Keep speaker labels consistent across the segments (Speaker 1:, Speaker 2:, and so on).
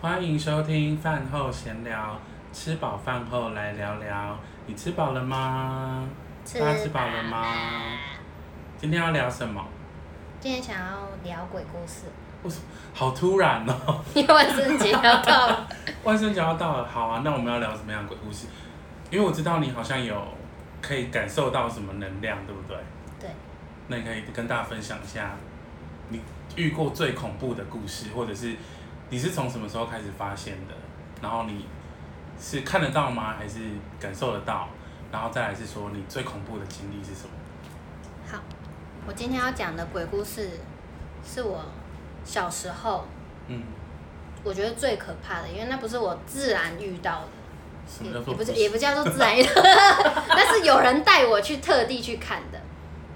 Speaker 1: 欢迎收听饭后闲聊，吃饱饭后来聊聊。你吃饱了吗？
Speaker 2: 吃
Speaker 1: 大家吃饱了吗今天要聊什么？
Speaker 2: 今天想要聊鬼故事，
Speaker 1: 好突然哦！
Speaker 2: 因为万圣节要到了。
Speaker 1: 万圣节要到了，好啊，那我们要聊什么样的鬼故事？因为我知道你好像有可以感受到什么能量，对不对？
Speaker 2: 对，
Speaker 1: 那你可以跟大家分享一下你遇过最恐怖的故事，或者是你是从什么时候开始发现的？然后你是看得到吗？还是感受得到？然后再来是说你最恐怖的经历是什么？
Speaker 2: 好，我今天要讲的鬼故事是我小时候
Speaker 1: 嗯，
Speaker 2: 我觉得最可怕的，因为那不是我自然遇到的，
Speaker 1: 什
Speaker 2: 也
Speaker 1: 么叫
Speaker 2: 也
Speaker 1: 做
Speaker 2: 不是也不叫做自然遇到， 但是有人带我去特地去看的，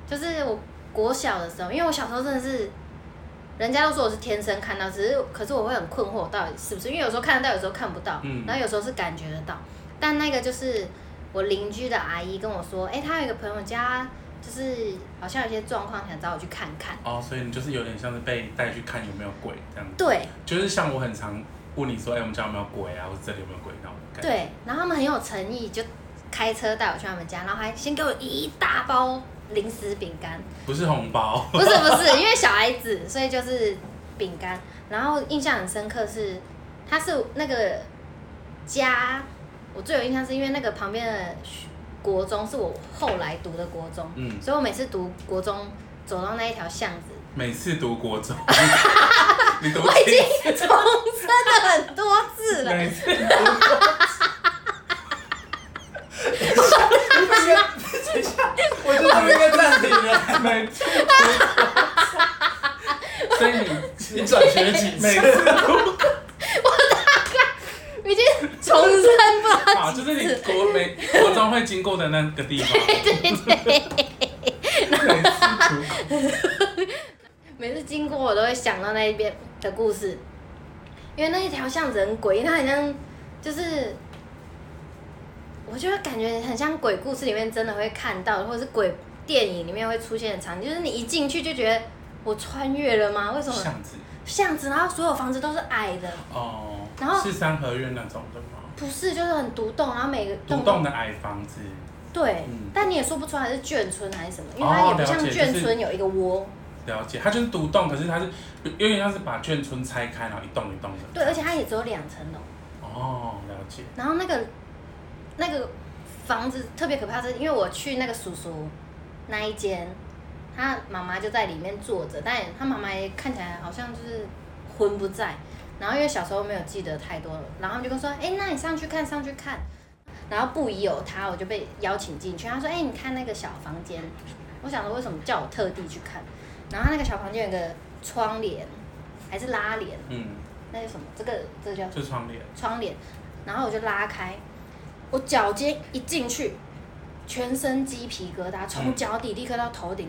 Speaker 2: 就是我国小的时候，因为我小时候真的是。人家都说我是天生看到，只是可是我会很困惑，我到底是不是？因为有时候看得到，有时候看不到，
Speaker 1: 嗯
Speaker 2: 然后有时候是感觉得到。但那个就是我邻居的阿姨跟我说，哎、她有一个朋友家就是好像有些状况，想找我去看看。
Speaker 1: 哦，所以你就是有点像是被带去看有没有鬼这样子，
Speaker 2: 对
Speaker 1: 就是像我很常问你说，哎、我们家有没有鬼啊，或者这里有没有鬼那种感觉。
Speaker 2: 对，然后他们很有诚意，就开车带我去他们家，然后还先给我一大包零食饼干，
Speaker 1: 不是红包，
Speaker 2: 不是不是，因为小孩子，所以就是饼干。然后印象很深刻是，他是那个家，我最有印象是因为那个旁边的国中是我后来读的国中，
Speaker 1: 嗯，
Speaker 2: 所以我每次读国中走到那一条巷子，
Speaker 1: 每次读国中，你读
Speaker 2: 我已
Speaker 1: 几
Speaker 2: 经重申了很多次了，
Speaker 1: 每次读国中。
Speaker 3: 等一下，我就这么一个暂停了。
Speaker 1: 每次读国中，所以你
Speaker 3: 你转学几
Speaker 1: 每
Speaker 3: 次？
Speaker 1: 次读
Speaker 2: 已经重申不了。
Speaker 1: 好，就是你国每国中会经过的那个地方，每次读
Speaker 2: 每次经过我都会想到那一边的故事，因为那一条巷子很诡异，它很像就是，我觉得感觉很像鬼故事里面真的会看到的，或者是鬼电影里面会出现的场景，就是你一进去就觉得我穿越了吗？为什么
Speaker 1: 巷子
Speaker 2: 巷子，然后所有房子都是矮的，
Speaker 1: 哦，
Speaker 2: 然后
Speaker 1: 是三合院那种的吗？哦
Speaker 2: 不是就是很独栋，然后每个
Speaker 1: 独栋的矮房子，
Speaker 2: 对，
Speaker 1: 嗯
Speaker 2: 但你也说不出来是眷村还是什么，因为
Speaker 1: 哦
Speaker 2: 它也不像
Speaker 1: 了解
Speaker 2: 眷
Speaker 1: 就是
Speaker 2: 村有一个窝，
Speaker 1: 了解，它就是独栋，可是它是有有点像是把眷村拆开，然后一栋一栋的。
Speaker 2: 对，而且它也只有两层楼。
Speaker 1: 哦，了解，
Speaker 2: 然后那个那个房子特别可怕，是因为我去那个叔叔那一间，他妈妈就在里面坐着，但他妈妈也看起来好像就是魂不在。然后因为小时候没有记得太多了，然后他们就跟我说：“哎、那你上去看，上去看。”然后不疑有他，我就被邀请进去。他说：“哎、你看那个小房间。”我想说为什么叫我特地去看？然后他那个小房间有个窗帘，还是拉帘，
Speaker 1: 嗯，
Speaker 2: 那是什么？这个这个叫
Speaker 1: 就窗帘，
Speaker 2: 窗帘，然后我就拉开，我脚尖一进去，全身鸡皮疙瘩，
Speaker 1: 嗯
Speaker 2: 从脚底立刻到头顶，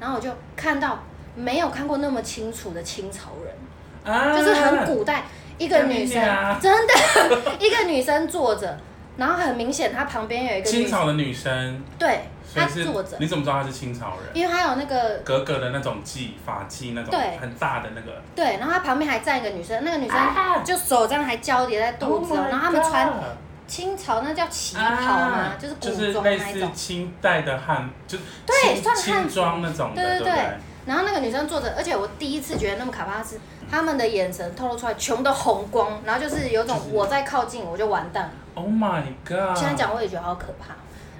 Speaker 2: 然后我就看到没有看过那么清楚的清朝人，
Speaker 1: 啊
Speaker 2: 就是很古代，一个女生
Speaker 1: 干你娘
Speaker 2: 真的
Speaker 1: 啊
Speaker 2: 一个女生坐着，然后很明显她旁边有一个
Speaker 1: 清
Speaker 2: 女生，
Speaker 1: 朝的女生，
Speaker 2: 对，
Speaker 1: 所
Speaker 2: 她
Speaker 1: 以是
Speaker 2: 坐着，
Speaker 1: 你怎么知道她是清朝人？
Speaker 2: 因为她有那个
Speaker 1: 格格的那种髻，发髻那种
Speaker 2: 对
Speaker 1: 很大的那个，
Speaker 2: 对，然后她旁边还站一个女生，那个女生
Speaker 1: 啊
Speaker 2: 就手这样还交叠在肚子哦，
Speaker 1: Oh my
Speaker 2: 然后他们穿
Speaker 1: God
Speaker 2: 清朝那叫旗袍吗？
Speaker 1: 啊
Speaker 2: 就是古
Speaker 1: 就是
Speaker 2: 装
Speaker 1: 类
Speaker 2: 那一
Speaker 1: 似
Speaker 2: 种。
Speaker 1: 清代的汉，就是
Speaker 2: 对
Speaker 1: 清
Speaker 2: 算汉
Speaker 1: 清
Speaker 2: 服
Speaker 1: 装那种的，
Speaker 2: 对对
Speaker 1: 不
Speaker 2: 对然后那个女生坐着，而且我第一次觉得那么可怕是，他们的眼神透露出来全部都红光，然后就是有种
Speaker 1: 就是
Speaker 2: 我再靠近我就完蛋了。
Speaker 1: o h？Oh my god！
Speaker 2: 现在讲我也觉得好可怕。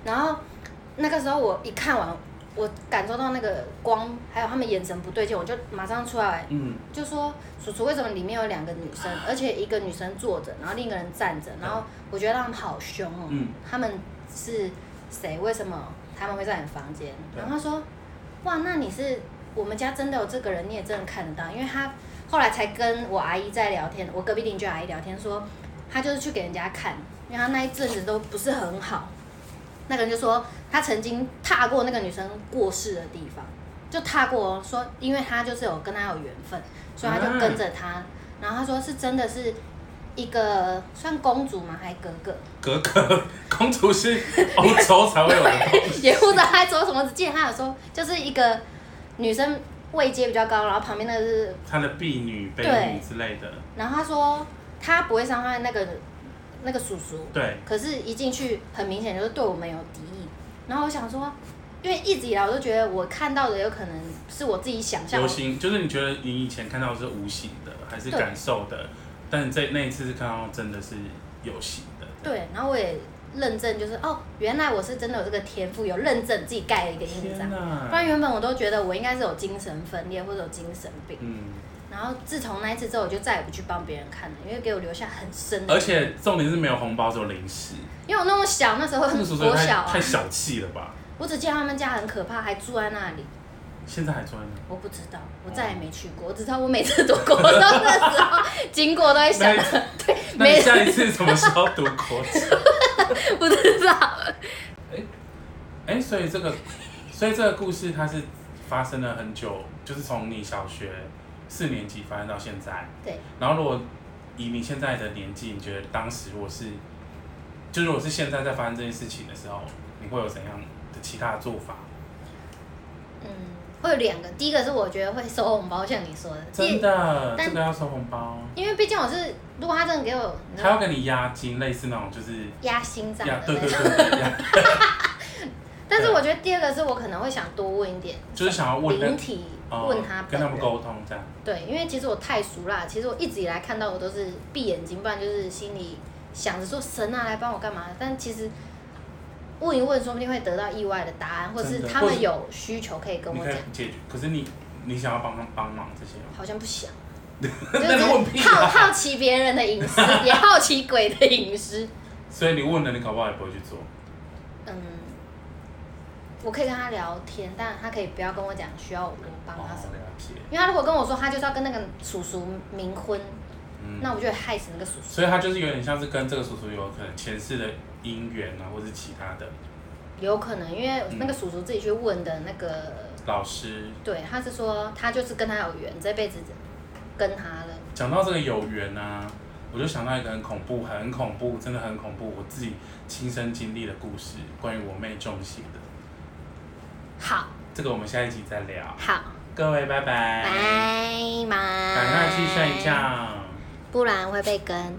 Speaker 2: 然后那个时候我一看完，我感受到那个光，还有他们眼神不对劲，我就马上出来
Speaker 1: 嗯，
Speaker 2: 就说叔叔为什么里面有两个女生，而且一个女生坐着，然后另一个人站着，然后我觉得他们好凶哦、
Speaker 1: 嗯
Speaker 2: 他们是谁？为什么他们会在你房间？
Speaker 1: 对
Speaker 2: 然后他说，哇，那你是我们家真的有这个人，你也真的看得到，因为他后来才跟我阿姨在聊天，我隔壁邻居阿姨聊天说，他就是去给人家看，因为他那一阵子都不是很好，那个人就说他曾经踏过那个女生过世的地方，就踏过、哦、说，因为他就是有跟他有缘分，所以他就跟着他。然后他说是真的是一个算公主吗？还格格？
Speaker 1: 格格 公主是欧洲才会有的，
Speaker 2: 也不知道他说什么，只记得他有说就是一个女生位阶比较高，然后旁边那个是，
Speaker 1: 她的婢女、卑
Speaker 2: 对
Speaker 1: 女之类的，
Speaker 2: 然后他说他不会伤害那个那个叔叔，
Speaker 1: 对，
Speaker 2: 可是一进去很明显就是对我们有敌意。然后我想说，因为一直以来我都觉得我看到的有可能是我自己想象
Speaker 1: 流，行就是你觉得你以前看到的是无形的，还是
Speaker 2: 对
Speaker 1: 感受的？但这那一次是看到真的是有形的。
Speaker 2: 对，然后我也认证就是哦，原来我是真的有这个天赋，有认证自己盖了一个印
Speaker 1: 天。
Speaker 2: 章
Speaker 1: 哪！
Speaker 2: 不然原本我都觉得我应该是有精神分裂或者有精神病，
Speaker 1: 嗯，
Speaker 2: 然后自从那一次之后，我就再也不去帮别人看了，因为给我留下很深的。
Speaker 1: 而，且重点是没有红包，只有零食。
Speaker 2: 因为我那么小，那时候
Speaker 1: 这个叔叔也
Speaker 2: 我
Speaker 1: 太
Speaker 2: 小啊
Speaker 1: 太，小气了吧？
Speaker 2: 我只见他们家很可怕，还住在那里。
Speaker 1: 现在还穿呢？
Speaker 2: 我不知道，我再也没去过。我只知道我每次读国中的时候经过都会想，对，
Speaker 1: 那你
Speaker 2: 没
Speaker 1: 下一次什么时候读国籍？
Speaker 2: 不知道。
Speaker 1: 哎、所以这个， 所以这个故事它是发生了很久，就是从你小学四年级发生到现在。
Speaker 2: 对。
Speaker 1: 然后，如果以你现在的年纪，你觉得当时我是，就如果是现在在发生这件事情的时候，你会有怎样的其他的做法？
Speaker 2: 嗯，会有两个，第一个是我觉得会收红包，像你说的，
Speaker 1: 真
Speaker 2: 第
Speaker 1: 的，
Speaker 2: 但
Speaker 1: 这个要收红包，
Speaker 2: 因为毕竟我是，如果他真的给我你知
Speaker 1: 他
Speaker 2: 道
Speaker 1: 要给你押金，类似那种就是
Speaker 2: 压心脏
Speaker 1: 押，
Speaker 2: 的
Speaker 1: 对
Speaker 2: 那
Speaker 1: 对
Speaker 2: 种，
Speaker 1: 对对，押
Speaker 2: 但是我觉得第二个是我可能会想多问一点，
Speaker 1: 就是想要问
Speaker 2: 灵
Speaker 1: 跟
Speaker 2: 体
Speaker 1: 哦
Speaker 2: 问他
Speaker 1: 跟
Speaker 2: 本
Speaker 1: 他们
Speaker 2: 人。
Speaker 1: 沟通这样。
Speaker 2: 对，因为其实我太熟啦，其实我一直以来看到我都是闭眼睛，不然就是心里想着说神啊来帮我干嘛，但其实问一问，说不定会得到意外的答案，或者是
Speaker 1: 真的
Speaker 2: 他
Speaker 1: 或
Speaker 2: 们
Speaker 1: 是
Speaker 2: 有需求可以跟
Speaker 1: 你
Speaker 2: 我
Speaker 1: 可以
Speaker 2: 讲，
Speaker 1: 解决，可是你你想要帮他帮忙这些吗？
Speaker 2: 好像 不想，
Speaker 1: 那你问
Speaker 2: 就
Speaker 1: 屁
Speaker 2: 是好
Speaker 1: 啊！
Speaker 2: 好奇别人的隐私，也好奇鬼的隐私，
Speaker 1: 所以你问了，你搞不好也不会去做。
Speaker 2: 嗯。我可以跟他聊天，但他可以不要跟我讲需要我帮他什么，
Speaker 1: 哦了解。
Speaker 2: 因为他如果跟我说他就是要跟那个叔叔冥婚，
Speaker 1: 嗯，
Speaker 2: 那我就会害死那个叔叔。
Speaker 1: 所以他就是有点像是跟这个叔叔有可能前世的姻缘啊，或是其他的
Speaker 2: 有可能，因为那个叔叔自己去问的那个，
Speaker 1: 老师。
Speaker 2: 对，他是说他就是跟他有缘，这辈子跟他了。
Speaker 1: 讲到这个有缘啊，我就想到一个很恐怖、很恐怖、真的很恐怖，我自己亲身经历的故事，关于我妹中邪的。
Speaker 2: 好，
Speaker 1: 这个我们下一集再聊，
Speaker 2: 好，
Speaker 1: 各位拜
Speaker 2: 拜
Speaker 1: 拜，
Speaker 2: 拜，
Speaker 1: 哎赶快去睡觉。
Speaker 2: 不然会被跟。